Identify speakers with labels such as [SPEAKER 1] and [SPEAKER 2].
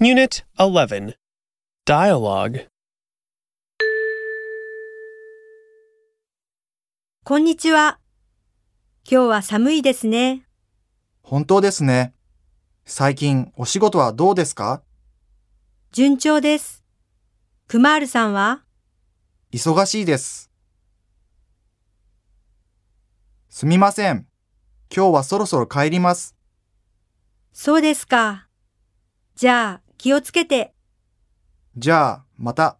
[SPEAKER 1] Unit 11 Dialogue
[SPEAKER 2] こんにちは。今日は寒いですね。
[SPEAKER 3] 本当ですね。最近お仕事はどうですか
[SPEAKER 2] 順調です。クマールさんは
[SPEAKER 3] 忙しいです。すみません。今日はそろそろ帰ります。
[SPEAKER 2] そうですか。じゃあ、気をつけて。
[SPEAKER 3] じゃあ、また。